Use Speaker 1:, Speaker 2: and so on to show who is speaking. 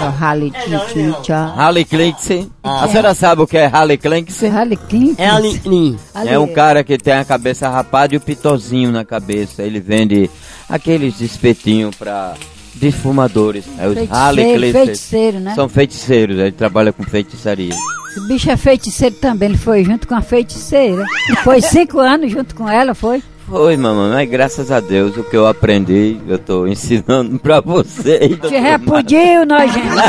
Speaker 1: É Harley Chicha.
Speaker 2: Harley Clancy.
Speaker 1: Ah.
Speaker 2: A senhora sabe o que é Harley Clancy?
Speaker 1: Harley Clint?
Speaker 3: É ali, ali.
Speaker 2: É um cara que tem a cabeça rapada e o pitozinho na cabeça. Ele vende aqueles espetinhos pra desfumadores. É os Harley
Speaker 1: Feiticeiro,
Speaker 2: Clancy.
Speaker 1: feiticeiro, né?
Speaker 2: São feiticeiros, ele trabalha com feitiçaria.
Speaker 1: O bicho é feiticeiro também, ele foi junto com a feiticeira. E foi cinco anos junto com ela, foi?
Speaker 2: Foi, mamãe, mas graças a Deus o que eu aprendi, eu tô ensinando pra vocês.
Speaker 1: Te repudiu, nojento.